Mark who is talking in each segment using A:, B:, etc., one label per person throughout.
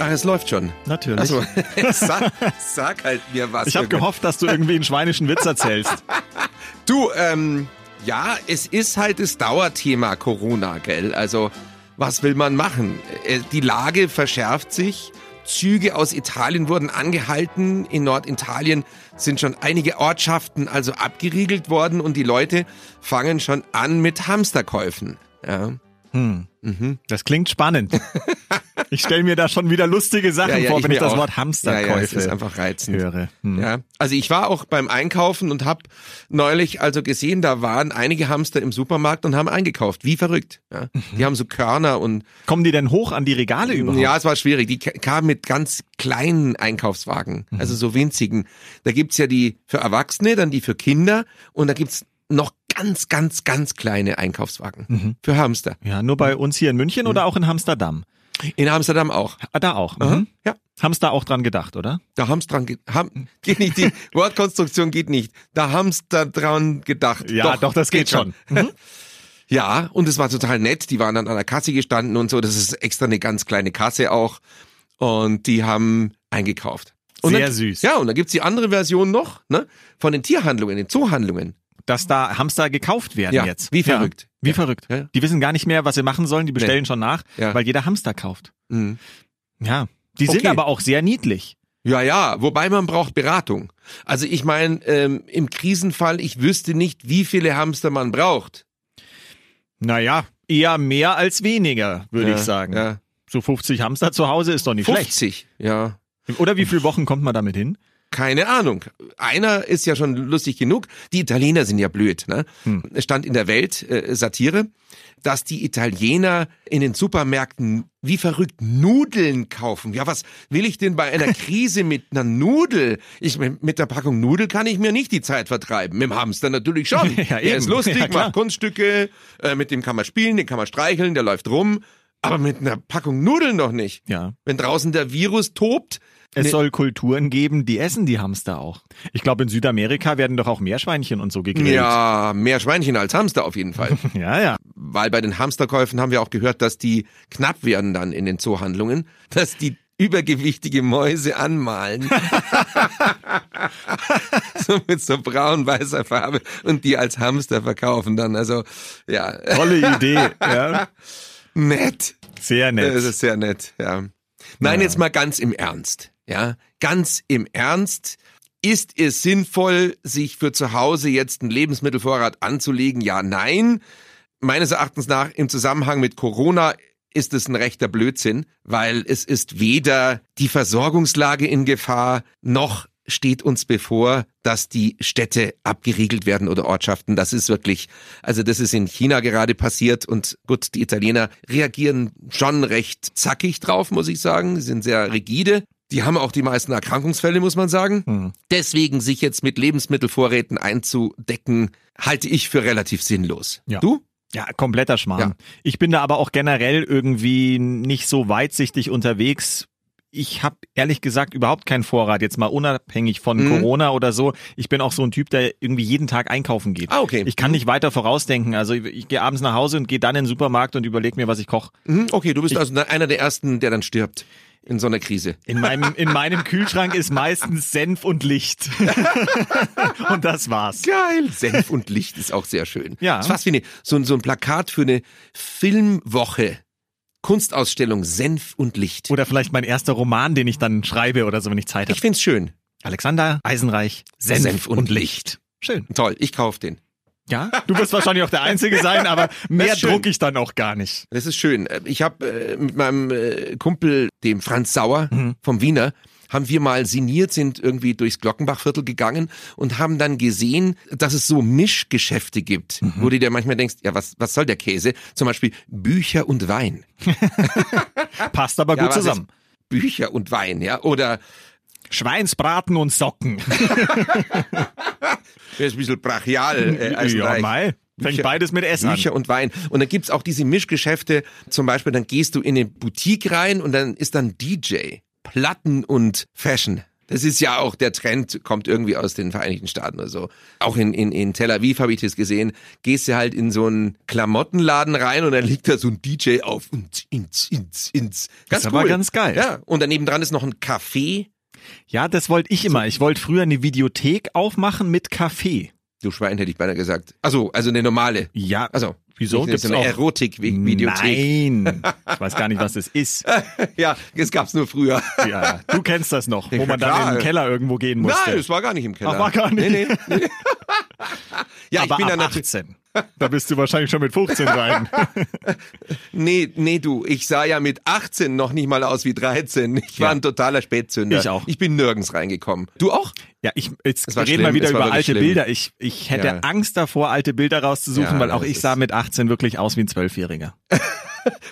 A: Ach, es läuft schon.
B: Natürlich.
A: Also, sag, sag halt mir was.
B: ich habe
A: Junge.
B: gehofft, dass du irgendwie einen schweinischen Witz erzählst.
A: Du, ähm, ja, es ist halt das Dauerthema Corona, gell? Also, was will man machen? Äh, Die Lage verschärft sich. Züge aus Italien wurden angehalten. In Norditalien sind schon einige Ortschaften also abgeriegelt worden und die Leute fangen schon an mit Hamsterkäufen. Ja.
B: Hm.
A: Mhm.
B: Das klingt spannend. Ich stelle mir da schon wieder lustige Sachen
A: Ja, ja,
B: vor,
A: ich
B: wenn ich
A: mir
B: das
A: auch.
B: Wort
A: ja, ja, es
B: Hamsterkäufe
A: ist einfach reizend.
B: höre. Hm.
A: Ja, also ich war auch beim Einkaufen und habe neulich also gesehen, da waren einige Hamster im Supermarkt und haben eingekauft. Wie verrückt. Ja. Die haben so Körner und
B: Kommen die denn hoch an die Regale Mhm. überhaupt?
A: ja, es war schwierig. Die k- kamen mit ganz kleinen Einkaufswagen,
B: Mhm.
A: also so winzigen. Da gibt's ja die für Erwachsene, dann die für Kinder und da gibt's noch ganz, ganz, ganz kleine Einkaufswagen
B: Mhm.
A: für Hamster.
B: Ja, nur bei uns hier in München
A: Hm.
B: oder auch in Hamsterdam?
A: In Amsterdam auch.
B: Ah, da auch.
A: Aha,
B: Mhm.
A: Ja,
B: Hamster auch dran gedacht, oder?
A: da haben's dran ge ham geht nicht, die Wortkonstruktion geht nicht. Da haben's da dran gedacht. Ja, und es war total nett. Die waren dann an der Kasse gestanden und so. Das ist extra eine ganz kleine Kasse auch. Und die haben eingekauft. Und
B: Sehr
A: dann,
B: süß.
A: Ja, und dann gibt's die andere Version noch, ne? Von den Tierhandlungen, den Zoohandlungen.
B: Dass da Hamster gekauft werden
A: Ja,
B: jetzt.
A: wie verrückt.
B: Ja, wie
A: Ja.
B: verrückt.
A: Ja, ja.
B: Die wissen gar nicht mehr, was sie machen sollen. Die bestellen schon nach,
A: Ja.
B: weil jeder Hamster kauft.
A: Mhm.
B: Ja. Die sind
A: Okay.
B: aber auch sehr niedlich.
A: Ja, ja, wobei man braucht Beratung. Also ich meine, ähm, im Krisenfall, ich wüsste nicht, wie viele Hamster man braucht.
B: Naja, eher mehr als weniger, würde
A: ja,
B: ich sagen.
A: Ja.
B: So 50 Hamster zu Hause ist doch nicht
A: 50, ja.
B: schlecht. Oder wie viele Wochen kommt man damit hin?
A: Keine Ahnung. Einer ist ja schon lustig genug. Die Italiener sind ja blöd. Ne?
B: Hm.
A: Es Stand in der Welt, äh, Satire, dass die Italiener in den Supermärkten wie verrückt Nudeln kaufen. Ja, was will ich denn bei einer Krise mit einer Nudel? Ich, mein, mit der Packung Nudel kann ich mir nicht die Zeit vertreiben. Mit dem Hamster natürlich schon.
B: Ja,
A: der
B: eben.
A: ist lustig,
B: Ja, klar.
A: macht Kunststücke, äh, mit dem kann man spielen, den kann man streicheln, der läuft rum. Aber mit einer Packung Nudeln doch nicht.
B: Ja.
A: Wenn draußen der Virus tobt,
B: Es
A: Nee.
B: soll Kulturen geben, die essen die Hamster auch. Ich glaube, in Südamerika werden doch auch Meerschweinchen und so gegrillt.
A: ja, mehr Schweinchen als Hamster auf jeden Fall.
B: Ja, ja.
A: weil bei den Hamsterkäufen haben wir auch gehört, dass die knapp werden dann in den Zoohandlungen, dass die übergewichtige Mäuse anmalen. so mit so braun-weißer Farbe und die als Hamster verkaufen dann. Also, ja,
B: Tolle Idee. Ja.
A: nett.
B: Sehr nett.
A: Das ist sehr nett, ja. Nein, jetzt mal ganz im Ernst. Ja, ganz im Ernst. Ist es sinnvoll, sich für zu Hause jetzt einen Lebensmittelvorrat anzulegen? Ja, nein. Meines Erachtens nach im Zusammenhang mit Corona ist es ein rechter Blödsinn, weil es ist weder die Versorgungslage in Gefahr, noch steht uns bevor, dass die Städte abgeriegelt werden oder Ortschaften. Das ist wirklich, also das ist in China gerade passiert und gut, die Italiener reagieren schon recht zackig drauf, muss ich sagen. Sie sind sehr rigide. Die haben auch die meisten Erkrankungsfälle, muss man sagen.
B: Hm.
A: Deswegen sich jetzt mit Lebensmittelvorräten einzudecken, halte ich für relativ sinnlos.
B: Ja.
A: Du?
B: Ja, kompletter Schmarrn.
A: Ja.
B: Ich bin da aber auch generell irgendwie nicht so weitsichtig unterwegs. Ich habe ehrlich gesagt überhaupt keinen Vorrat, jetzt mal unabhängig von
A: Mhm.
B: Corona oder so. Ich bin auch so ein Typ, der irgendwie jeden Tag einkaufen geht.
A: Ah, okay.
B: Ich kann nicht weiter vorausdenken. Also ich, ich gehe abends nach Hause und gehe dann in den Supermarkt und überlege mir, was ich koche.
A: Mhm, Okay, du bist also einer der ersten, der dann stirbt in so einer Krise.
B: In meinem, in meinem Kühlschrank ist meistens Senf und Licht. und das war's.
A: Geil. Senf und Licht ist auch sehr schön.
B: Ja.
A: Ist fast wie eine, so, ein- so ein Plakat für eine Filmwoche. Kunstausstellung Senf und Licht.
B: Oder vielleicht mein erster Roman, den ich dann schreibe oder so, wenn ich Zeit habe.
A: Ich find's schön.
B: Alexander Eisenreich, Senf, und, Licht. Schön.
A: Toll, ich kauf den.
B: Ja, du wirst wahrscheinlich auch der Einzige sein, aber mehr
A: ist schön.
B: druck ich dann auch gar nicht.
A: Das ist schön. Äh, Ich habe äh, mit meinem äh, Kumpel, dem Franz Sauer
B: Mhm.
A: vom Wiener, haben wir mal siniert, sind irgendwie durchs Glockenbachviertel gegangen und haben dann gesehen, dass es so Mischgeschäfte gibt,
B: Mhm.
A: wo du dir manchmal denkst, ja, was, was soll der Käse? Zum Beispiel Bücher und Wein.
B: Passt aber
A: Ja,
B: gut
A: was
B: zusammen.
A: ist Bücher und Wein, ja. Oder
B: Schweinsbraten und Socken.
A: Das ist ein bisschen brachial. Äh,
B: ja,
A: Eisenreich.
B: mei. Fängt
A: Bücher-
B: beides mit S an.
A: Bücher und Wein. Und dann gibt's auch diese Mischgeschäfte, zum Beispiel, dann gehst du in eine Boutique rein und dann ist dann DJ, Platten und Fashion. Das ist ja auch der Trend, kommt irgendwie aus den Vereinigten Staaten oder so. Auch in, in, in Tel Aviv habe ich das gesehen. Gehst du halt in so einen Klamottenladen rein und dann liegt da so ein DJ auf. Ins, ins, ins, ins. Ganz
B: aber
A: cool.
B: ganz geil.
A: Ja, und daneben dran ist noch ein Café.
B: Ja, das wollte ich immer. Ich wollte früher eine Videothek aufmachen mit Kaffee.
A: Du Schwein, hätte ich beinaler gesagt. Also, also eine normale.
B: Ja.
A: Also,
B: Wieso?
A: Gibt's
B: Gibt's
A: eine
B: auch-
A: Erotik-Videothek.
B: Nein. Ich weiß gar nicht, was das ist.
A: Ja, das gab's nur früher.
B: Ja, du kennst das noch, wo
A: Ja,
B: man dann
A: klar.
B: in den Keller irgendwo gehen musste.
A: Nein, es war gar nicht im Keller.
B: Ach, war gar nicht.
A: Nee, nee. ja,
B: Aber
A: ich bin
B: ab
A: da natürlich.
B: 18. Da bist du wahrscheinlich schon mit 15 rein.
A: Nee, nee, du, ich sah ja mit 18 noch nicht mal aus wie 13. Ich war
B: Ja.
A: ein totaler Spätzünder.
B: Ich auch.
A: Ich bin nirgends reingekommen. Du auch?
B: Ja, ich, jetzt
A: Es war
B: reden wir
A: schlimm,
B: wieder
A: es war
B: über
A: wirklich
B: alte
A: schlimm.
B: Bilder. Ich, ich hätte
A: Ja.
B: Angst davor, alte Bilder rauszusuchen,
A: Ja,
B: weil auch
A: das
B: ich
A: ist-
B: sah mit 18 wirklich aus wie ein Zwölfjähriger.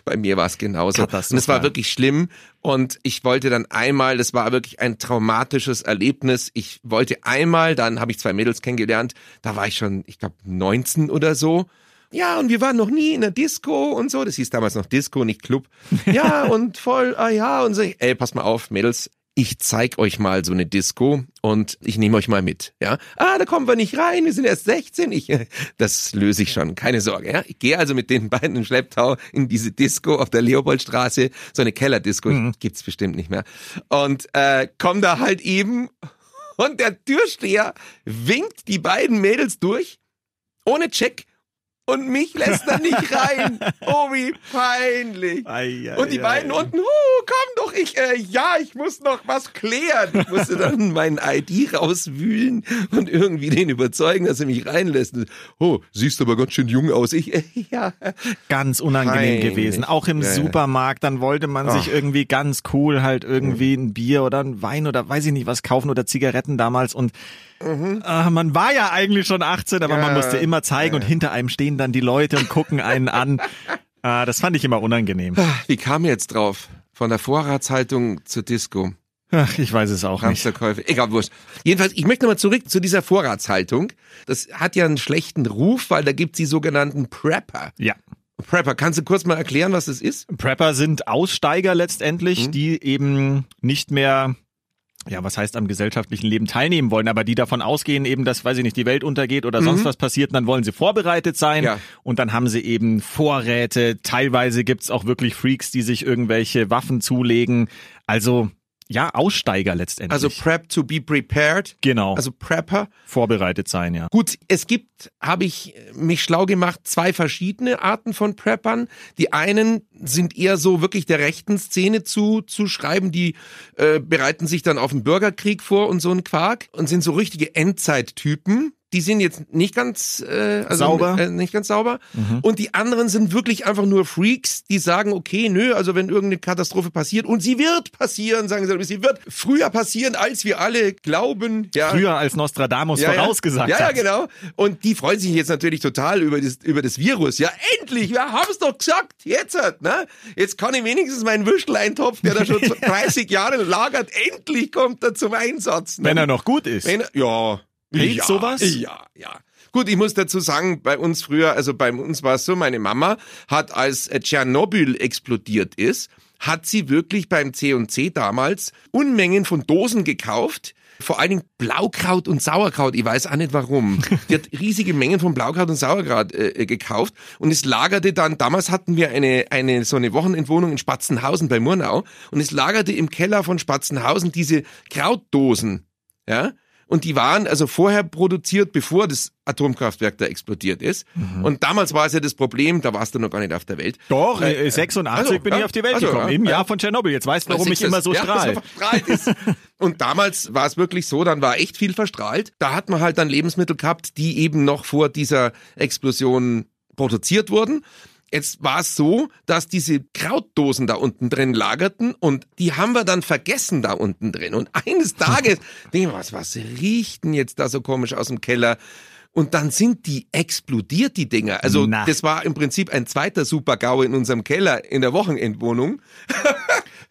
A: Bei mir war es genauso. Und
B: Katastrophal.
A: es war wirklich schlimm. Und ich wollte dann einmal, das war wirklich ein traumatisches Erlebnis. Ich wollte einmal, dann habe ich zwei Mädels kennengelernt. Da war ich schon, ich glaube, 19 oder so. Ja, und wir waren noch nie in der Disco und so. Das hieß damals noch Disco, nicht Club. Ja, und voll, ah ja, und so. Ey, pass mal auf, Mädels. Ich zeig euch mal so eine Disco und ich nehme euch mal mit, ja. Ah, da kommen wir nicht rein, wir sind erst 16. Ich, äh, das löse ich schon, keine Sorge, ja. Ich gehe also mit den beiden im Schlepptau in diese Disco auf der Leopoldstraße, so eine Kellerdisco, gibt's bestimmt nicht mehr. Und äh, komm da halt eben und der Türsteher winkt die beiden Mädels durch, ohne Check, und mich lässt er nicht rein. Oh, wie peinlich. Und die beiden unten, huh, komm doch, ich, äh, ja, ich muss noch was klären. Ich musste dann meinen ID rauswühlen und irgendwie den überzeugen, dass er mich reinlässt. Oh, siehst aber ganz schön jung aus. Ich, äh, ja.
B: Ganz unangenehm
A: Peinlich.
B: gewesen. Auch im
A: Ja, ja.
B: Supermarkt, dann wollte man sich irgendwie ganz cool halt irgendwie
A: Mhm.
B: ein Bier oder ein Wein oder weiß ich nicht was kaufen oder Zigaretten damals und ah, man war ja eigentlich schon 18, aber man
A: Mhm. Ja,
B: musste immer zeigen und hinter einem stehen dann die Leute und gucken einen an. Ah, das fand ich immer unangenehm.
A: Wie kam ihr jetzt drauf? Von der Vorratshaltung zur Disco.
B: Ach, ich weiß es auch nicht.
A: Hamsterkäufe, egal wurscht. Jedenfalls, ich möchte nochmal zurück zu dieser Vorratshaltung. Das hat ja einen schlechten Ruf, weil da gibt's die sogenannten Prepper.
B: Ja.
A: Prepper, kannst du kurz mal erklären, was das ist?
B: Prepper sind Aussteiger letztendlich,
A: Mhm.
B: die eben nicht mehr ja, was heißt am gesellschaftlichen Leben teilnehmen wollen, aber die davon ausgehen eben, dass, weiß ich nicht, die Welt untergeht oder sonst was passiert, und dann wollen sie vorbereitet sein
A: Mhm. Ja.
B: und dann haben sie eben Vorräte. Teilweise gibt's auch wirklich Freaks, die sich irgendwelche Waffen zulegen. Also, ja, Aussteiger letztendlich.
A: Also Prep to be prepared.
B: genau,
A: Also Prepper.
B: vorbereitet sein, ja.
A: Gut, es gibt, habe ich mich schlau gemacht, zwei verschiedene Arten von Preppern. Die einen sind eher so wirklich der rechten Szene zu, zu schreiben, die äh, bereiten sich dann auf den Bürgerkrieg vor und so ein Quark und sind so richtige Endzeittypen. Die sind jetzt nicht ganz äh, also,
B: Sauber. Mhm.
A: Äh, nicht ganz sauber. Und die anderen sind wirklich einfach nur Freaks, die sagen, okay, nö, also wenn irgendeine Katastrophe passiert und sie wird passieren, sagen sie, sie wird früher passieren, als wir alle glauben. Ja.
B: Früher als Nostradamus vorausgesagt hat.
A: ja. Ja, ja, genau. Und die freuen sich jetzt natürlich total über das, über das Virus. Ja, endlich, wir haben es doch gesagt. Jetzt hat, ne? Jetzt kann ich wenigstens meinen Würsteleintopf, der da schon 30 Jahre lagert, endlich kommt er zum Einsatz. Ne?
B: Wenn er noch gut ist.
A: Wenn er- ja.
B: Hilft
A: ja,
B: sowas?
A: Ja, ja. Gut, ich muss dazu sagen, bei uns früher, also bei uns war es so, meine Mama hat, als äh, Tschernobyl explodiert ist, hat sie wirklich beim C&C damals Unmengen von Dosen gekauft. Vor allen Dingen Blaukraut und Sauerkraut. Ich weiß auch nicht warum. Die hat riesige Mengen von Blaukraut und Sauerkraut äh, äh, gekauft und es lagerte dann, damals hatten wir eine, eine, so eine Wochenendwohnung in Spatzenhausen bei Murnau und es lagerte im Keller von Spatzenhausen diese Krautdosen. Ja? Und die waren also vorher produziert, bevor das Atomkraftwerk da explodiert ist. Und damals war es ja das Problem, da warst du noch gar nicht auf der Welt.
B: Doch,
A: Äh,
B: äh, 86
A: also,
B: bin
A: ja,
B: ich auf die Welt
A: also,
B: gekommen,
A: ja,
B: im
A: ja.
B: Jahr von Tschernobyl. Jetzt weißt du, warum ich
A: Siehst
B: immer
A: du's?
B: so
A: Ja,
B: strahle.
A: so verstrahlt ist. Und damals war es wirklich so, dann war echt viel verstrahlt. Da hat man halt dann Lebensmittel gehabt, die eben noch vor dieser Explosion produziert wurden. Jetzt war es so, dass diese Krautdosen da unten drin lagerten und die haben wir dann vergessen da unten drin. Und eines Tages, denke ich, mir, was, was riecht denn jetzt da so komisch aus dem Keller? Und dann sind die explodiert, die Dinger. Also
B: Na.
A: das war im Prinzip ein zweiter Super-GAU in unserem Keller in der Wochenendwohnung.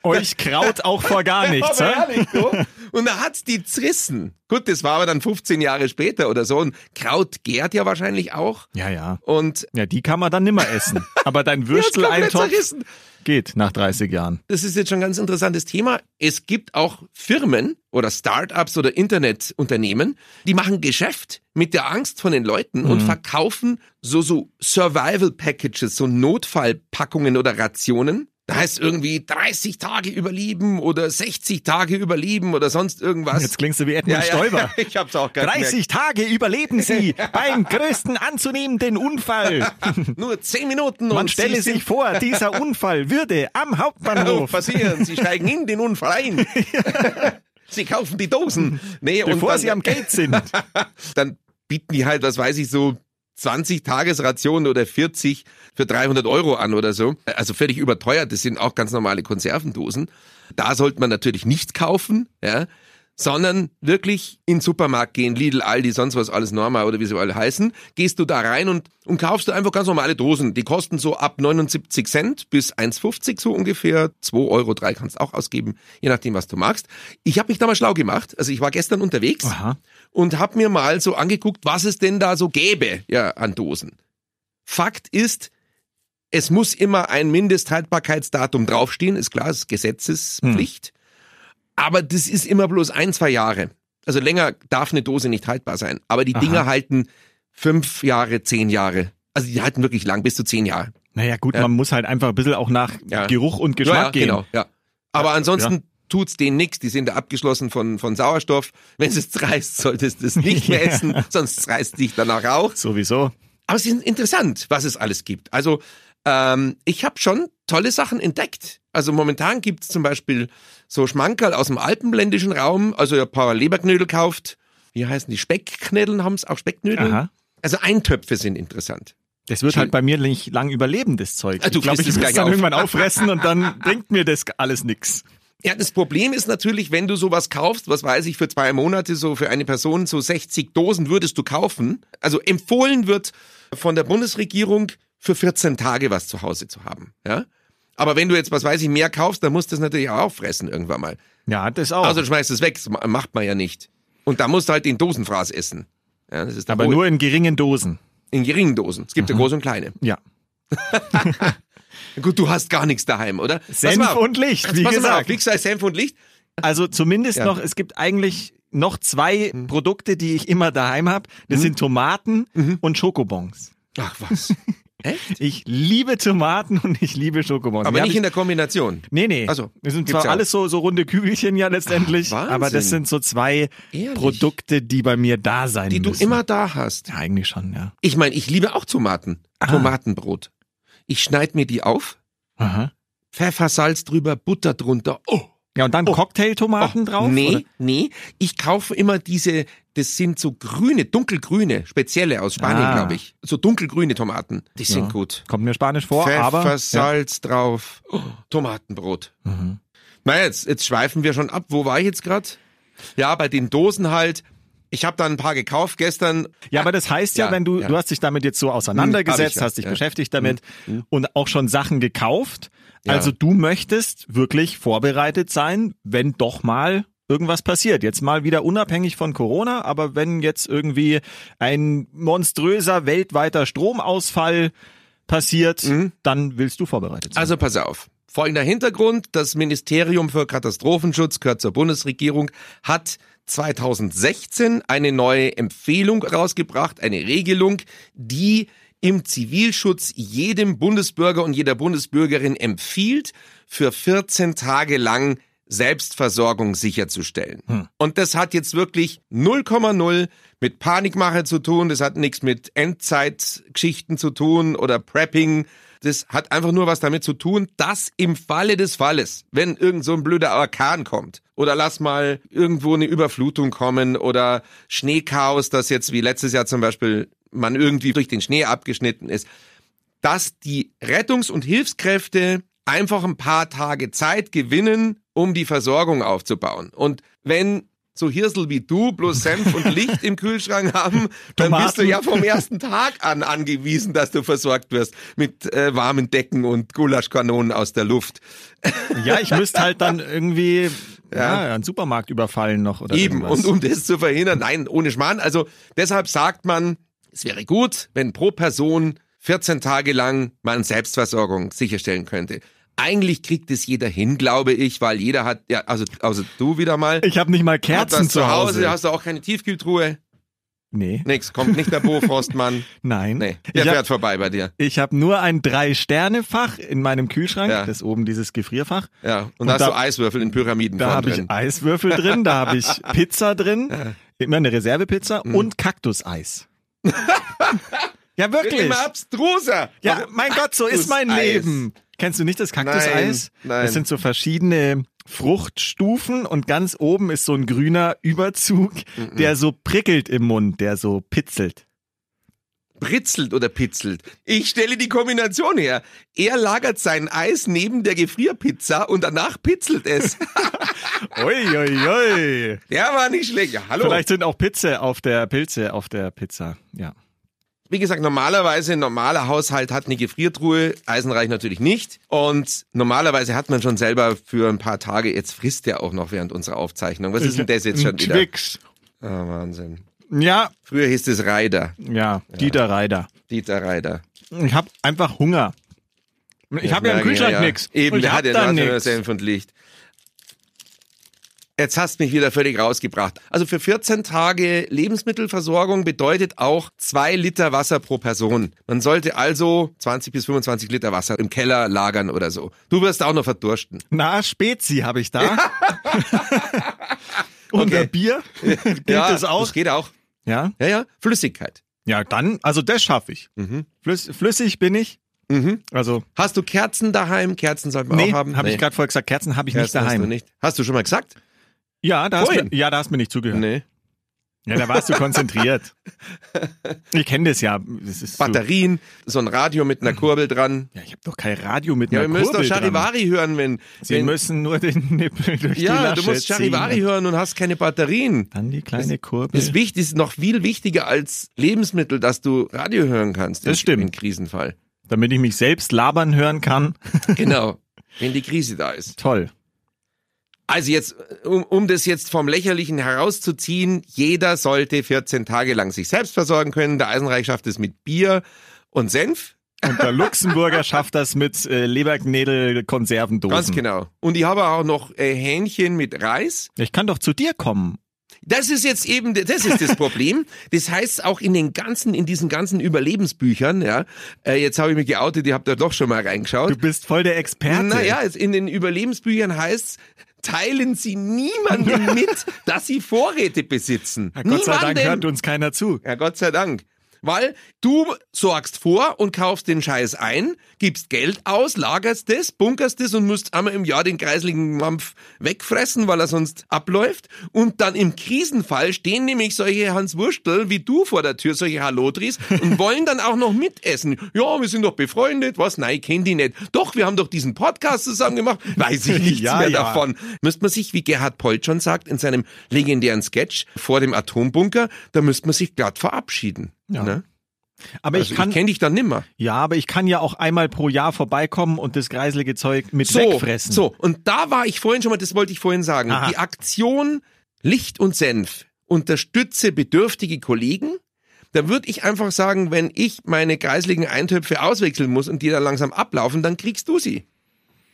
B: Euch kraut auch vor gar nichts.
A: aber
B: hä?
A: ehrlich, so. Und da hat's die zerrissen. Gut, das war aber dann 15 Jahre später oder so. Und Kraut gärt ja wahrscheinlich auch.
B: Ja, ja.
A: Und
B: Ja, die kann man dann nimmer essen. Aber dein
A: Ja, das komplett
B: Würsteleintopf
A: zerrissen.
B: geht nach 30 Jahren.
A: Das ist jetzt schon ein ganz interessantes Thema. Es gibt auch Firmen oder Startups oder Internetunternehmen, die machen Geschäft mit der Angst von den Leuten und verkaufen so, so Survival Packages, so Notfallpackungen oder Rationen. Da heißt irgendwie 30 Tage überleben oder 60 Tage überleben oder sonst irgendwas.
B: Jetzt klingst du wie Edmund Stoiber.
A: ich hab's auch gar
B: 30 Tage überleben Sie beim größten anzunehmenden Unfall.
A: Nur 10 Minuten
B: Man
A: und
B: stelle
A: sie
B: sich
A: sind
B: vor, dieser Unfall würde am
A: Oh,
B: Hauptbahnhof
A: passieren. Sie steigen in den Unfall ein. Sie kaufen die Dosen. Nee, und
B: bevor
A: dann,
B: sie am Gate sind.
A: dann bieten die halt, was weiß ich, so 20 Tagesrationen oder 40 für 300 Euro an oder so. Also völlig überteuert. Das sind auch ganz normale Konservendosen. Da sollte man natürlich nicht kaufen, ja, sondern wirklich in den Supermarkt gehen, Lidl, Aldi, sonst was, alles Norma oder wie sie alle heißen. Gehst du da rein und, und kaufst du einfach ganz normale Dosen. Die kosten so ab 79 Cent bis 1,50 so ungefähr. 2 Euro, 3 kannst auch ausgeben, je nachdem, was du magst. Ich habe mich da mal schlau gemacht. Also ich war gestern unterwegs
B: Aha.
A: und habe mir mal so angeguckt, was es denn da so gäbe ja, an Dosen. Fakt ist, es muss immer ein Mindesthaltbarkeitsdatum draufstehen, ist klar, ist
B: Hm.
A: Gesetzespflicht. Aber das ist immer bloß ein, zwei Jahre. Also länger darf eine Dose nicht haltbar sein. Aber die
B: Aha.
A: Dinger halten fünf Jahre, zehn Jahre. Also die halten wirklich lang, bis zu zehn Jahre.
B: Naja gut,
A: Ja.
B: man muss halt einfach ein bisschen auch nach
A: Ja.
B: Geruch und Geschmack
A: ja, ja,
B: gehen.
A: Genau, ja. Aber ansonsten
B: ja.
A: tut's denen nichts. Die sind da abgeschlossen von, von Sauerstoff. Wenn es reißt, solltest du es nicht mehr
B: Ja.
A: essen, sonst reißt dich danach auch.
B: Sowieso.
A: Aber es ist interessant, was es alles gibt. Also ähm, ich habe schon tolle Sachen entdeckt. Also momentan gibt's zum Beispiel so Schmankerl aus dem alpenländischen Raum. Also ein paar Leberknödel kauft. Wie heißen die? Speckknödeln haben's auch Speckknödel.
B: Aha.
A: Also Eintöpfe sind interessant.
B: Das wird
A: Schön.
B: halt bei mir nicht lang überleben, das Zeug.
A: Ah, du
B: ich glaube, ich
A: frisst es
B: will
A: gleich
B: dann
A: auf.
B: irgendwann auffressen und dann bringt mir das alles nix.
A: Ja, das Problem ist natürlich, wenn du sowas kaufst, was weiß ich, für zwei Monate so für eine Person so 60 Dosen würdest du kaufen. Also empfohlen wird von der Bundesregierung für 14 Tage was zu Hause zu haben, ja? Aber wenn du jetzt, was weiß ich, mehr kaufst, dann musst du das natürlich auch fressen irgendwann mal.
B: Ja, das auch.
A: Also schmeißt es weg, das ma- macht man ja nicht. Und da musst du halt den Dosenfraß essen. Ja, das ist
B: Aber
A: wohl-
B: nur Mhm. in geringen Dosen.
A: in geringen Dosen. Es gibt ja große und kleine.
B: Ja.
A: Gut, du hast gar nichts daheim, oder? Pass
B: Senf
A: mal auf.
B: und Licht, wie
A: Pass mal auf,
B: gesagt.
A: wie gesagt, Senf und Licht.
B: Also zumindest
A: Ja. Mhm.
B: noch, es gibt eigentlich noch zwei Produkte, die ich immer daheim habe. Das sind Tomaten
A: Mhm.
B: und Schokobons.
A: Ach was. Echt?
B: Ich liebe Tomaten und ich liebe Schokobons. Die
A: Aber
B: hab
A: nicht
B: ich,
A: in der Kombination.
B: Nee, nee.
A: Also,
B: das sind
A: gibt's
B: zwar
A: ja auch.
B: alles so, so runde Kügelchen ja letztendlich,
A: Ach, Wahnsinn.
B: aber das sind so zwei
A: Ehrlich?
B: Produkte, die bei mir da sein
A: die du
B: müssen.
A: immer da hast.
B: ja, Ah. eigentlich schon, ja.
A: Ich meine, ich liebe auch Tomaten. Tomatenbrot. Ich schneide mir die auf,
B: Aha.
A: Pfeffer, Salz drüber, Butter drunter. Oh,
B: Ja, und dann
A: Oh.
B: Cocktailtomaten drauf?
A: nee,
B: oder?
A: nee. Ich kaufe immer diese, das sind so grüne, dunkelgrüne, spezielle aus Spanien,
B: Ah.
A: glaube ich. So dunkelgrüne Tomaten. Die
B: Ja.
A: sind gut.
B: Kommt mir spanisch vor,
A: Pfeffer,
B: aber.
A: Salz drauf, oh, Tomatenbrot.
B: Ja. Mhm.
A: Na jetzt, jetzt schweifen wir schon ab. Wo war ich jetzt gerade? Ja, bei den Dosen halt. Ich habe da ein paar gekauft gestern.
B: ja, aber das heißt ja,
A: Ja,
B: wenn du,
A: ja. Hm,
B: du hast dich damit jetzt so auseinandergesetzt,
A: hab ich ja,
B: hast dich
A: ja. Hm,
B: beschäftigt damit und auch schon Sachen gekauft.
A: Ja.
B: Also du möchtest wirklich vorbereitet sein, wenn doch mal irgendwas passiert. Jetzt mal wieder unabhängig von Corona, aber wenn jetzt irgendwie ein monströser weltweiter Stromausfall passiert,
A: Mhm.
B: dann willst du vorbereitet sein.
A: Also pass auf. Folgender Hintergrund. Das Ministerium für Katastrophenschutz gehört zur Bundesregierung, hat 2016 eine neue Empfehlung rausgebracht, eine Regelung, die im Zivilschutz jedem Bundesbürger und jeder Bundesbürgerin empfiehlt, für 14 Tage lang Selbstversorgung sicherzustellen. Und das hat jetzt wirklich 0,0 mit Panikmache zu tun, das hat nichts mit Endzeitgeschichten zu tun oder Prepping. Das hat einfach nur was damit zu tun, dass im Falle des Falles, wenn irgend so ein blöder Orkan kommt oder lass mal irgendwo eine Überflutung kommen oder Schneechaos, das jetzt wie letztes Jahr zum Beispiel man irgendwie durch den Schnee abgeschnitten ist, dass die Rettungs- und Hilfskräfte einfach ein paar Tage Zeit gewinnen, um die Versorgung aufzubauen. Und wenn so Hirsel wie du, bloß Senf und Licht im Kühlschrank haben, dann bist du
B: Tomaten.
A: ja vom ersten Tag an angewiesen, dass du versorgt wirst mit äh, warmen Decken und Gulaschkanonen aus der Luft. Also
B: Ja, ich müsste halt dann irgendwie ja. einen Supermarkt überfallen noch oder
A: Eben,
B: irgendwas.
A: und um das zu verhindern, nein, ohne Schmarrn. Also deshalb sagt man, es wäre gut, wenn pro Person 14 Tage lang man Selbstversorgung sicherstellen könnte. Eigentlich kriegt es jeder hin, glaube ich, weil jeder hat, ja, also, also du wieder mal.
B: ich habe nicht mal
A: Hat
B: Kerzen
A: das
B: zu Hause.
A: Hast du auch keine Tiefkühltruhe?
B: nee,
A: Nix, kommt nicht der Bo Frostmann.
B: nein.
A: Nee, der
B: ich
A: fährt
B: habe
A: vorbei bei dir.
B: hab nur ein Drei-Sterne-Fach in meinem Kühlschrank.
A: Ja.
B: Das ist oben dieses Gefrierfach.
A: Ja, und,
B: Und
A: da hast
B: da-
A: du Eiswürfel in Pyramiden
B: Da habe
A: drin.
B: ich Eiswürfel drin, da habe ich Pizza drin, immer eine Reservepizza
A: Mhm.
B: und Kaktuseis. ja,
A: Wird
B: wirklich.
A: Immer abstruser.
B: Ja, mein Gott, so ist mein
A: Kaktuseis.
B: Leben. Kennst du nicht das Kaktuseis?
A: Nein, nein.
B: Das sind so verschiedene Fruchtstufen und ganz oben ist so ein grüner Überzug,
A: Mhm.
B: der so prickelt im Mund, der so pitzelt.
A: Britzelt oder pitzelt. Ich stelle die Kombination her. Er lagert sein Eis neben der Gefrierpizza und danach pitzelt es.
B: Uiuiui.
A: der war nicht schlecht. Ja, hallo.
B: Vielleicht sind auch Pilze auf der Pilze auf der Pizza. Ja.
A: Wie gesagt, normalerweise, ein normaler Haushalt hat eine Gefriertruhe, Eisenreich natürlich nicht. Und normalerweise hat man schon selber für ein paar Tage, jetzt frisst der auch noch während unserer Aufzeichnung. Was ist denn das jetzt
B: Ein
A: schon wieder?
B: Twix.
A: Ah, Wahnsinn.
B: Ja,
A: Früher hieß es Reider,
B: ja, Dieter Reider.
A: Dieter Reider.
B: Ich habe einfach Hunger. Ich habe ja im
A: merke ich,
B: Kühlschrank
A: ja, ja.
B: nichts.
A: Eben,
B: ich
A: der
B: hab
A: hat ja
B: da
A: da nur
B: nichts.
A: Senf und Licht. Jetzt hast du mich wieder völlig rausgebracht. Also für 14 Tage Lebensmittelversorgung bedeutet auch zwei Liter Wasser pro Person. Man sollte also 20 bis 25 Liter Wasser im Keller lagern oder so. Du wirst auch noch verdursten.
B: Na, Spezi habe ich da. Und
A: Okay.
B: ein Bier? Gilt
A: ja,
B: das auch?
A: Das geht auch.
B: Ja.
A: Ja, ja. Flüssigkeit.
B: Ja, dann, also das schaffe ich.
A: Mhm.
B: Flüss, flüssig bin ich.
A: Mhm.
B: Also,
A: Hast du Kerzen daheim? Kerzen sollten wir
B: nee,
A: auch
B: habe
A: haben.
B: hab ich gerade vorher gesagt, Kerzen habe ich nicht
A: Kerzen Hast du,
B: daheim.
A: nicht. hast du schon mal gesagt?
B: Ja, da hast du,
A: Vorhin.
B: ja, da hast du mir nicht zugehört.
A: Nee.
B: Ja, da warst du konzentriert. Ich kenne das ja. Das ist so,
A: Batterien, so ein Radio mit
B: Mhm.
A: einer Kurbel dran.
B: ja, ich habe doch kein Radio mit
A: Ja,
B: einer
A: ihr müsst doch
B: Kurbel dran.
A: Charivari hören, wenn.
B: Sie
A: wenn
B: müssen nur den Nippel durch die
A: ja,
B: Lasche
A: du musst Charivari
B: ziehen.
A: hören und hast keine Batterien.
B: Dann die kleine Kurbel.
A: Das ist wichtig, ist noch viel wichtiger als Lebensmittel, dass du Radio hören kannst.
B: Das stimmt.
A: Im Krisenfall.
B: damit ich mich selbst labern hören kann.
A: Genau. Wenn die Krise da ist.
B: Toll.
A: Also jetzt, um, um das jetzt vom Lächerlichen herauszuziehen, jeder sollte 14 Tage lang sich selbst versorgen können. Der Eisenreich schafft es mit Bier und Senf.
B: Und der Luxemburger schafft das mit äh, Leberknädel Konservendosen.
A: Ganz genau. Und ich habe auch noch äh, Hähnchen mit Reis.
B: Ich kann doch zu dir kommen.
A: Das ist jetzt eben, das ist das Problem. Das heißt auch in den ganzen, in diesen ganzen Überlebensbüchern, ja. Äh, jetzt habe ich mich geoutet, ihr habt da doch schon mal
B: Du
A: reingeschaut.
B: bist voll der Experte.
A: Naja, jetzt in den Überlebensbüchern heißt teilen Sie niemandem mit, dass Sie Vorräte besitzen.
B: Ja, Gott sei Dank
A: Niemandem.
B: hört uns keiner zu.
A: Ja, Gott sei Dank. Weil du sorgst vor und kaufst den Scheiß ein, gibst Geld aus, lagerst das, bunkerst das und musst einmal im Jahr den kreisligen Mampf wegfressen, weil er sonst abläuft. Und dann im Krisenfall stehen nämlich solche Hans Wurstel wie du vor der Tür, solche Halotris, und wollen dann auch noch mitessen. Ja, wir sind doch befreundet. Was? Nein, kenn die nicht. Doch, wir haben doch diesen Podcast zusammen gemacht. Weiß ich nichts
B: Ja,
A: mehr
B: ja.
A: davon müsste man sich, wie Gerhard Polt schon sagt, in seinem legendären Sketch vor dem Atombunker, da müsste man sich glatt verabschieden.
B: Ja.
A: Ne?
B: Aber
A: Also
B: ich
A: ich,
B: kann,
A: kenne dich dann nimmer.
B: ja, aber ich kann ja auch einmal pro Jahr vorbeikommen und das greiselige Zeug mit
A: So,
B: wegfressen.
A: so, und da war ich vorhin schon mal, das wollte ich vorhin sagen,
B: Aha.
A: die Aktion Licht und Senf unterstütze bedürftige Kollegen. Da würde ich einfach sagen, wenn ich meine kreisligen Eintöpfe auswechseln muss und die dann langsam ablaufen, dann kriegst du sie.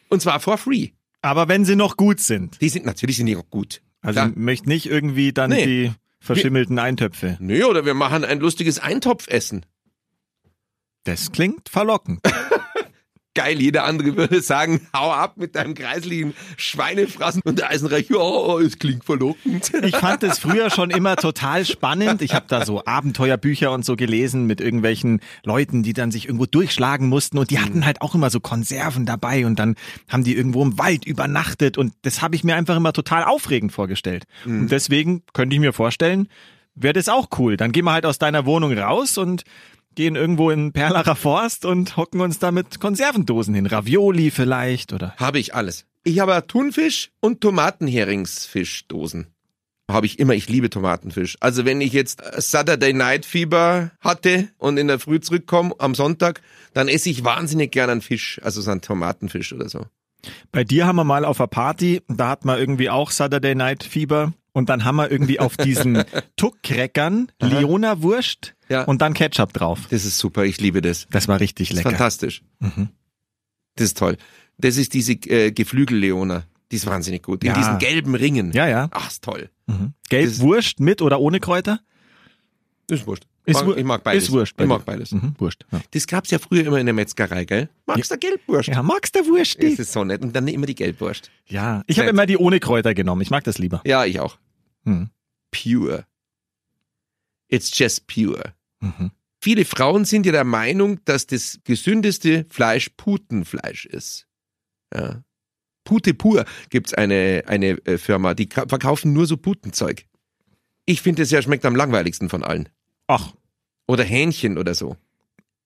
A: Und zwar for free.
B: Aber wenn sie noch gut sind.
A: Die sind natürlich sind die auch gut.
B: Also
A: Klar.
B: ich möchte nicht irgendwie dann
A: Nee.
B: die verschimmelten Eintöpfe.
A: Nö, oder wir machen ein lustiges Eintopfessen.
B: Das klingt verlockend.
A: geil. Jeder andere würde sagen, hau ab mit deinem kreislichen Schweinefrassen und der Eisenreich, ja, oh, es klingt verlockend.
B: Ich fand es früher schon immer total spannend. Ich habe da so Abenteuerbücher und so gelesen mit irgendwelchen Leuten, die dann sich irgendwo durchschlagen mussten und die hatten halt auch immer so Konserven dabei und dann haben die irgendwo im Wald übernachtet und das habe ich mir einfach immer total aufregend vorgestellt. Und deswegen könnte ich mir vorstellen, wäre das auch cool. Dann gehen wir halt aus deiner Wohnung raus und gehen irgendwo in Perlacher Forst und hocken uns da mit Konservendosen hin. Ravioli vielleicht oder
A: Habe ich alles. Ich habe Thunfisch und Tomatenheringsfischdosen. habe ich immer, ich liebe Tomatenfisch. Also wenn ich jetzt Saturday Night Fieber hatte und in der Früh zurückkomme am Sonntag, dann esse ich wahnsinnig gern einen Fisch, also so einen Tomatenfisch oder so.
B: Bei dir haben wir mal auf einer Party, da hat man irgendwie auch Saturday Night Fieber und dann haben wir irgendwie auf diesen Tuckkräckern Leona Wurst
A: Ja.
B: und dann Ketchup drauf.
A: Das ist super, ich liebe das.
B: Das war richtig
A: Das ist
B: lecker.
A: fantastisch. Das ist toll. Das ist diese äh, Geflügelleona. Die ist wahnsinnig gut. In
B: Ja.
A: diesen gelben Ringen.
B: Ja, ja.
A: Ach, ist toll.
B: Mhm. Gelb
A: Das-
B: Wurst mit oder ohne Kräuter?
A: Ist wurscht.
B: Ist
A: mag,
B: Wur-
A: ich mag beides.
B: Ist Wurst. bei
A: Ich mag
B: dir.
A: beides.
B: Mhm. Wurst. Ja.
A: Das gab's ja früher immer in der Metzgerei, gell? Magst du Gelbwurst?
B: ja, magst du Wurst?
A: Das ist so nett. Und dann immer die Gelbwurst.
B: Ja, ich habe
A: Nett.
B: immer die ohne Kräuter genommen. Ich mag das lieber.
A: Ja, ich auch.
B: Mhm.
A: Pure. It's just pure.
B: Mhm.
A: Viele Frauen sind ja der Meinung, dass das gesündeste Fleisch Putenfleisch ist. Ja. Pute pur gibt's eine, eine äh, Firma, die ka- verkaufen nur so Putenzeug. Ich finde, das ja schmeckt am langweiligsten von allen.
B: Ach,
A: Oder Hähnchen oder so.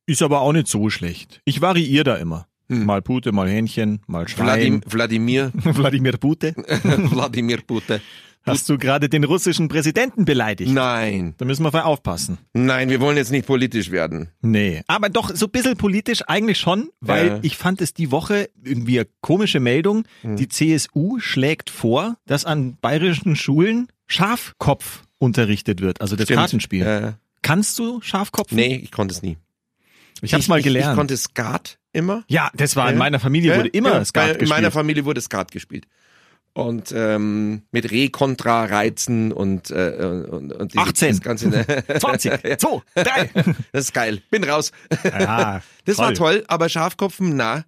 B: ist aber auch nicht so schlecht. Ich variiere da immer.
A: Hm.
B: Mal Pute, mal Hähnchen, mal
A: Vladim
B: Schwein.
A: Wladimir,
B: Wladimir Pute.
A: Wladimir Pute.
B: Hast du gerade den russischen Präsidenten beleidigt?
A: Nein,
B: Da müssen wir voll aufpassen.
A: nein, wir wollen jetzt nicht politisch werden.
B: Nee. Aber doch, so ein bisschen politisch eigentlich schon, weil
A: Ja. Hm.
B: ich fand es die Woche irgendwie eine komische Meldung. Die CSU schlägt vor, dass an bayerischen Schulen Schafkopf unterrichtet wird, also das
A: Stimmt.
B: Kartenspiel.
A: Äh,
B: Kannst du Schafkopf?
A: nee, ich konnte es nie.
B: Ich hab's mal
A: Ich, ich
B: gelernt.
A: konnte Skat immer.
B: ja, das war in
A: Ja.
B: meiner Familie wurde immer
A: ja,
B: Skat
A: bei-
B: gespielt.
A: In meiner Familie wurde Skat gespielt. Und ähm, mit Re, Kontra, Reizen und, äh, und, und diese-
B: 18.
A: Das, Ganze, ne?
B: 20, 2, 3.
A: das ist geil. Bin raus.
B: Ja,
A: Das war toll, aber Schafkopfen, na.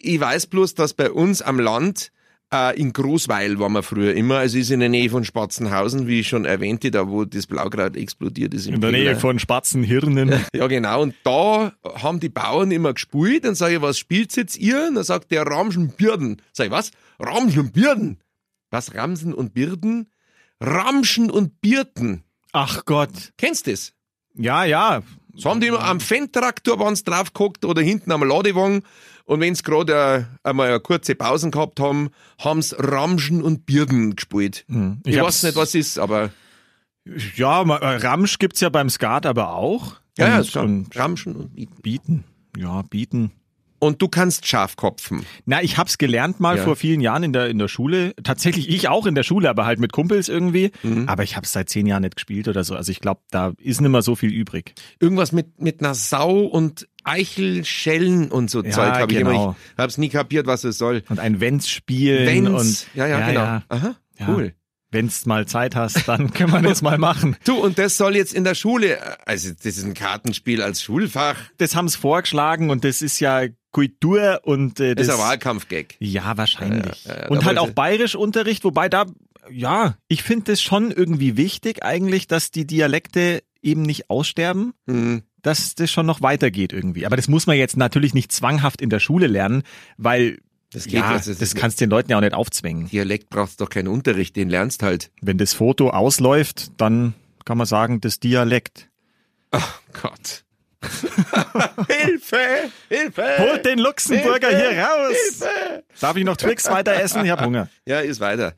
A: Ich weiß bloß, dass bei uns am Land äh, in Großweil waren wir früher immer. Es ist in der Nähe von Spatzenhausen, wie ich schon erwähnte, da wo das Blaugrad explodiert ist. im
B: In der Nähe
A: Keller.
B: von Spatzenhirnen.
A: Ja, genau. Und da haben die Bauern immer gespielt. Dann sage ich, was spielt jetzt ihr? Und dann sagt der Ramschen Birden. Sag ich, was? Ramschen und Birden. Was, Ramsen und Birden? Ramschen und Birden.
B: Ach Gott.
A: Kennst du das?
B: Ja, ja.
A: So haben die immer am Fendt-Traktor, wenn sie draufgehockt oder hinten am Ladewagen. Und wenn sie gerade äh, einmal eine kurze Pause gehabt haben, haben sie Ramschen und Birden gespielt.
B: Hm,
A: Ich,
B: hab's-
A: weiß nicht, was ist, aber
B: Ja, ma- äh, Ramsch gibt's ja beim Skat aber auch.
A: ja, ja,
B: und,
A: ist klar.
B: und
A: Ramschen und Birden.
B: bieten. Ja, bieten.
A: Und du kannst Schafkopfen.
B: Na, ich hab's gelernt mal
A: Ja.
B: vor vielen Jahren in der in der Schule. Tatsächlich ich auch in der Schule, aber halt mit Kumpels irgendwie.
A: Mhm.
B: Aber ich hab's seit zehn Jahren nicht gespielt oder so. Also ich glaube, da ist nicht mehr so viel übrig.
A: irgendwas mit mit einer Sau und Eichelschellen und so
B: Ja,
A: Zeug habe ich
B: genau.
A: immer. Ich hab's nie kapiert, was es soll.
B: Und ein Wenns spielen
A: Wenn's,
B: und
A: ja, ja, genau.
B: ja.
A: Aha,
B: Ja.
A: cool.
B: Wenn's mal Zeit hast, dann können wir das mal machen.
A: Du, und das soll jetzt in der Schule, also das ist ein Kartenspiel als Schulfach,
B: Das haben's vorgeschlagen und das ist ja Kultur und äh,
A: das
B: das
A: ist ein Wahlkampfgag.
B: Ja, wahrscheinlich.
A: Ja, ja, ja, ja,
B: und
A: da
B: halt
A: wollte-
B: auch Bayerischunterricht, wobei da, ja, ich finde es schon irgendwie wichtig eigentlich, dass die Dialekte eben nicht aussterben,
A: Mhm.
B: dass das schon noch weitergeht irgendwie. Aber das muss man jetzt natürlich nicht zwanghaft in der Schule lernen, weil
A: Das geht
B: ja,
A: jetzt, das
B: das,
A: ist-
B: kannst den Leuten ja auch nicht aufzwingen.
A: Dialekt brauchst doch keinen Unterricht, den lernst halt.
B: Wenn das Foto ausläuft, dann kann man sagen, das Dialekt.
A: Gott. Hilfe! Hilfe!
B: Holt den Luxemburger
A: Äh, Hilfe!
B: hier raus!
A: Hilfe!
B: Darf ich noch Twix weiter essen? Ich hab Hunger.
A: Ja, ist weiter.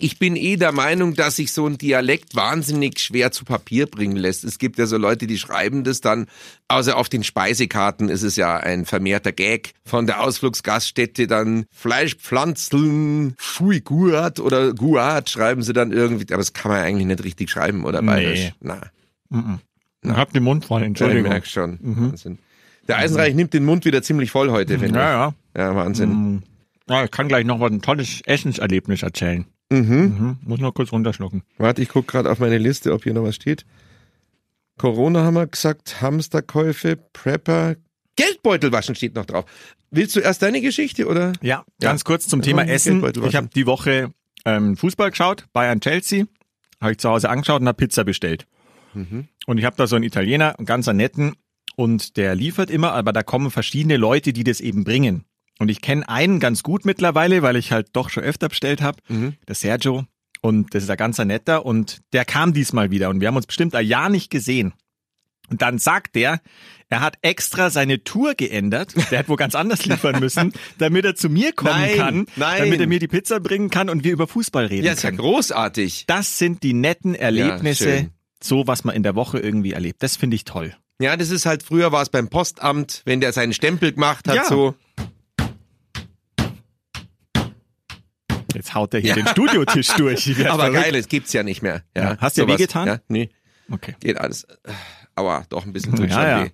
A: Ich bin eh der Meinung, dass sich so ein Dialekt wahnsinnig schwer zu Papier bringen lässt. Es gibt ja so Leute, die schreiben das dann, also auf den Speisekarten ist es ja ein vermehrter Gag von der Ausflugsgaststätte, dann Fleischpflanzeln, Fui Guat oder Guat schreiben sie dann irgendwie, aber das kann man eigentlich nicht richtig schreiben, oder bayerisch? Na,
B: Ich hab den Mund voll,
A: ja, ich
B: Entschuldigung. Mhm.
A: merke schon. Wahnsinn. Der Eisenreich nimmt den Mund wieder ziemlich voll heute, finde ich.
B: Ja, Mhm. ja.
A: Ja, Wahnsinn.
B: Ja, Ähm, ich kann gleich noch was ein tolles Essenserlebnis erzählen.
A: Mhm.
B: Mhm. Muss noch kurz runterschlucken.
A: Warte, ich gucke gerade auf meine Liste, ob hier noch was steht. Corona haben wir gesagt, Hamsterkäufe, Prepper, Geldbeutel waschen steht noch drauf. Willst du erst deine Geschichte oder?
B: Ja, ganz kurz zum Thema
A: Ja,
B: Essen.
A: Geldbeutel
B: Ich habe die Woche ähm, Fußball geschaut, Bayern Chelsea. Habe ich zu Hause angeschaut und habe Pizza bestellt. Und ich habe da so einen Italiener, einen ganz netten, und der liefert immer, aber da kommen verschiedene Leute, die das eben bringen. Und ich kenne einen ganz gut mittlerweile, weil ich halt doch schon öfter bestellt habe,
A: Mhm.
B: der Sergio. Und das ist ein ganzer netter und der kam diesmal wieder und wir haben uns bestimmt ein Jahr nicht gesehen. Und dann sagt er, er hat extra seine Tour geändert. Der hat wo ganz anders liefern müssen, damit er zu mir kommen
A: Nein,
B: kann,
A: nein.
B: damit er mir die Pizza bringen kann und wir über Fußball reden
A: Ja, ist ja
B: können.
A: großartig.
B: Das sind die netten Erlebnisse,
A: schön.
B: so was man in der Woche irgendwie erlebt. Das finde ich toll.
A: Ja, das ist halt, früher war es beim Postamt, wenn der seinen Stempel gemacht hat,
B: Ja.
A: so.
B: Jetzt haut er hier den Studiotisch durch. Ich werd
A: Aber
B: verrückt.
A: geil, das gibt's ja nicht mehr. Ja,
B: Ja. Hast du ja
A: sowas.
B: wehgetan?
A: Ja, nee,
B: Okay.
A: geht alles. Aua, doch ein bisschen tut
B: Ja,
A: schon
B: ja.
A: weh.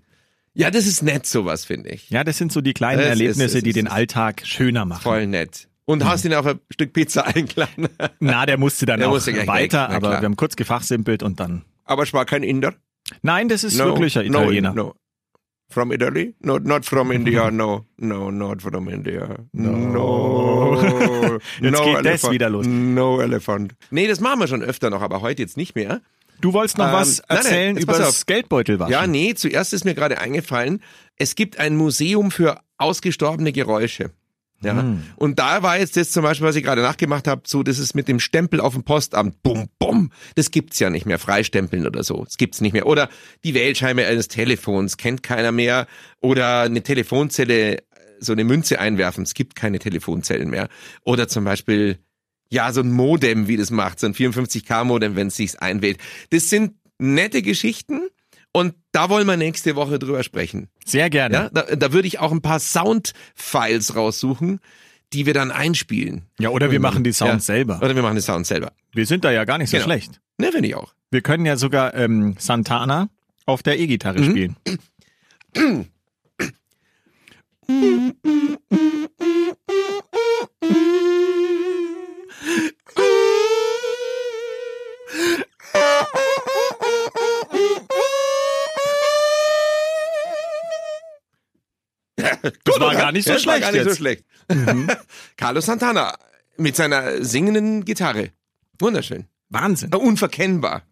A: Ja, das ist nett, sowas, finde ich.
B: Ja, das sind so die kleinen
A: Es ist-
B: Erlebnisse,
A: es
B: die
A: ist-
B: den Alltag schöner machen.
A: Voll nett. Und hast ihn auf ein Stück Pizza eingeladen.
B: Na, der musste dann
A: Der
B: auch
A: musste gleich
B: weiter,
A: weg, na
B: aber
A: klar.
B: wir haben kurz gefachsimpelt und dann.
A: Aber es war kein Inder.
B: Nein, das ist wirklich ein
A: no,
B: Italiener.
A: No. From Italy? No, not from India, no. No, not from India. No. no.
B: Jetzt geht das
A: elephant.
B: wieder los.
A: No elephant. Nee, das machen wir schon öfter noch, aber heute jetzt nicht mehr.
B: Du wolltest noch
A: Ähm,
B: was
A: nein, nein,
B: erzählen
A: jetzt
B: über
A: pass
B: das
A: auf.
B: Geldbeutel waschen.
A: Ja, nee, zuerst ist mir gerade eingefallen, es gibt ein Museum für ausgestorbene Geräusche. Ja. Und da war jetzt das zum Beispiel, was ich gerade nachgemacht habe, so, das ist mit dem Stempel auf dem Postamt, bum, bum, das gibt's ja nicht mehr, Freistempeln oder so, das gibt's nicht mehr. Oder die Wählscheibe eines Telefons, kennt keiner mehr. Oder eine Telefonzelle, so eine Münze einwerfen, es gibt keine Telefonzellen mehr. Oder zum Beispiel, ja, so ein Modem, wie das macht, so ein 54K-Modem, wenn es sich einwählt. Das sind nette Geschichten und da wollen wir nächste Woche drüber sprechen.
B: Sehr gerne.
A: Ja, da, da würde ich auch ein paar Sound-Files raussuchen, die wir dann einspielen.
B: Ja, oder wir machen die Sounds
A: Mhm. Ja.
B: selber.
A: Oder wir machen die Sounds selber.
B: Wir sind da ja gar nicht so
A: Genau.
B: schlecht.
A: Ne, finde ich auch.
B: Wir können ja sogar ähm, Santana auf der E-Gitarre
A: Mhm.
B: spielen. Das war gar nicht so
A: Ja, das war
B: schlecht.
A: gar nicht
B: jetzt. Mhm.
A: so schlecht. Carlos Santana mit seiner singenden Gitarre. Wunderschön.
B: Wahnsinn.
A: Unverkennbar.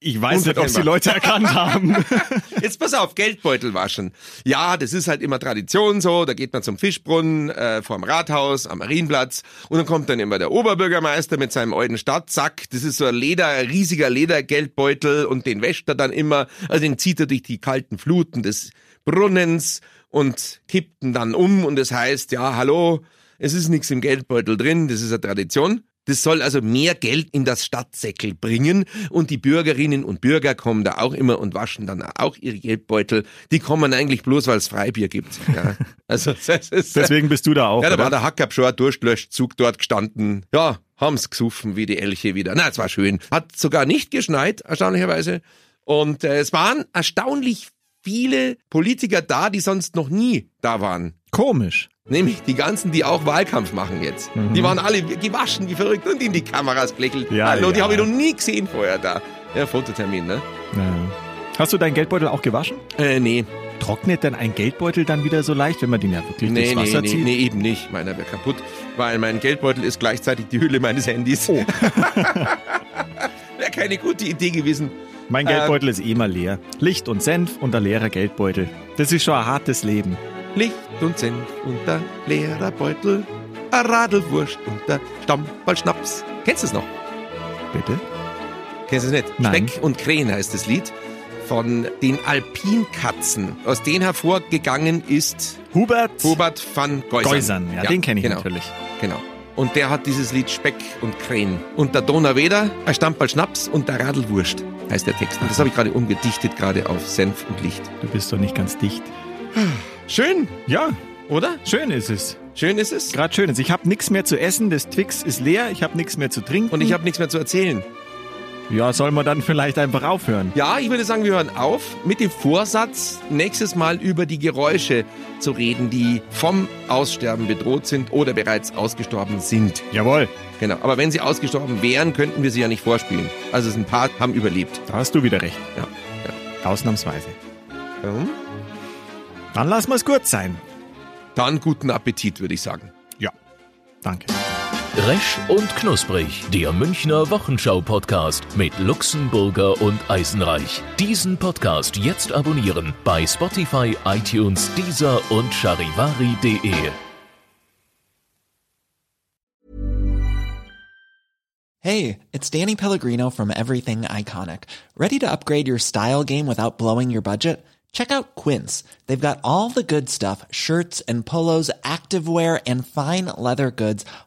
B: Ich weiß nicht, ob die
A: Unverkennbar.
B: Leute erkannt haben.
A: Jetzt pass auf, Geldbeutel waschen. Ja, das ist halt immer Tradition so. Da geht man zum Fischbrunnen äh, vorm Rathaus, am Marienplatz und dann kommt dann immer der Oberbürgermeister mit seinem alten Stadtsack. Das ist so ein Leder, ein riesiger Ledergeldbeutel und den wäscht er dann immer. Also den zieht er durch die kalten Fluten des Brunnens und kippt ihn dann um und das heißt, ja, hallo, es ist nichts im Geldbeutel drin, das ist eine Tradition. Das soll also mehr Geld in das Stadtsäckel bringen und die Bürgerinnen und Bürger kommen da auch immer und waschen dann auch ihre Geldbeutel. Die kommen eigentlich bloß, weil es Freibier gibt. Ja. Also das ist,
B: Deswegen bist du da auch.
A: ja, da
B: oder?
A: war der Hacker schon ein Durstlöschzug dort gestanden. Ja, haben's gesuffen wie die Elche wieder. Na, es war schön. Hat sogar nicht geschneit, erstaunlicherweise. Und äh, es waren erstaunlich viele Politiker da, die sonst noch nie da waren.
B: Komisch.
A: Nämlich die ganzen, die auch Wahlkampf machen jetzt. Die waren alle gewaschen, wie verrückt und in die Kameras gelächelt.
B: Mhm. Ja,
A: Hallo, die
B: ja.
A: habe ich noch nie gesehen vorher da. Ja, Fototermin, ne?
B: Naja. Hast du deinen Geldbeutel auch gewaschen?
A: Äh, nee.
B: Trocknet denn ein Geldbeutel dann wieder so leicht, wenn man den ja wirklich durchs
A: Nee, nee,
B: Wasser
A: nee,
B: zieht?
A: nee, eben nicht. Meiner wäre kaputt, weil mein Geldbeutel ist gleichzeitig die Hülle meines Handys. Oh. wäre keine gute Idee gewesen.
B: Mein Geldbeutel ist eh immer leer. Licht und Senf und ein leerer Geldbeutel. Das ist schon ein hartes Leben.
A: Licht und Senf und der leerer Beutel, eine Radlwurst und der Stammball Schnaps. Kennst du es noch?
B: Bitte?
A: Kennst du es nicht?
B: Nein.
A: Speck und Krähen heißt das Lied von den Alpinkatzen, aus denen hervorgegangen ist
B: Hubert,
A: Hubert van Geusern.
B: Geusern. Ja, den kenne ich
A: genau.
B: natürlich.
A: Genau. Und der hat dieses Lied Speck und Krähen. Und der Donnerweder, ein Stamperl Schnaps und der Radlwurst heißt der Text. Und das habe ich gerade umgedichtet, gerade auf Senf und Licht.
B: Du bist doch nicht ganz dicht.
A: Schön,
B: Ja,
A: oder?
B: schön ist es.
A: Schön ist es.
B: Gerade schön ist. Ich habe nichts mehr zu essen. Das Twix ist leer. Ich habe nichts mehr zu trinken.
A: Und ich habe nichts mehr zu erzählen.
B: Ja, soll man dann vielleicht einfach aufhören?
A: Ja, ich würde sagen, wir hören auf mit dem Vorsatz, nächstes Mal über die Geräusche zu reden, die vom Aussterben bedroht sind oder bereits ausgestorben sind.
B: Jawohl.
A: Genau. Aber wenn sie ausgestorben wären, könnten wir sie ja nicht vorspielen. Also es sind ein paar haben überlebt.
B: Da hast du wieder recht.
A: Ja.
B: Ausnahmsweise.
A: Ähm,
B: Dann lassen wir es gut sein.
A: Dann guten Appetit, würde ich sagen.
B: Ja. Danke.
C: Resch und Knusprig, der Münchner Wochenschau-Podcast mit Luxemburger und Eisenreich. Diesen Podcast jetzt abonnieren bei Spotify, iTunes, Deezer und charivari.de.
D: Hey, it's Danny Pellegrino from Everything Iconic. Ready to upgrade your style game without blowing your budget? Check out Quince. They've got all the good stuff shirts and polos, activewear, and fine leather goods,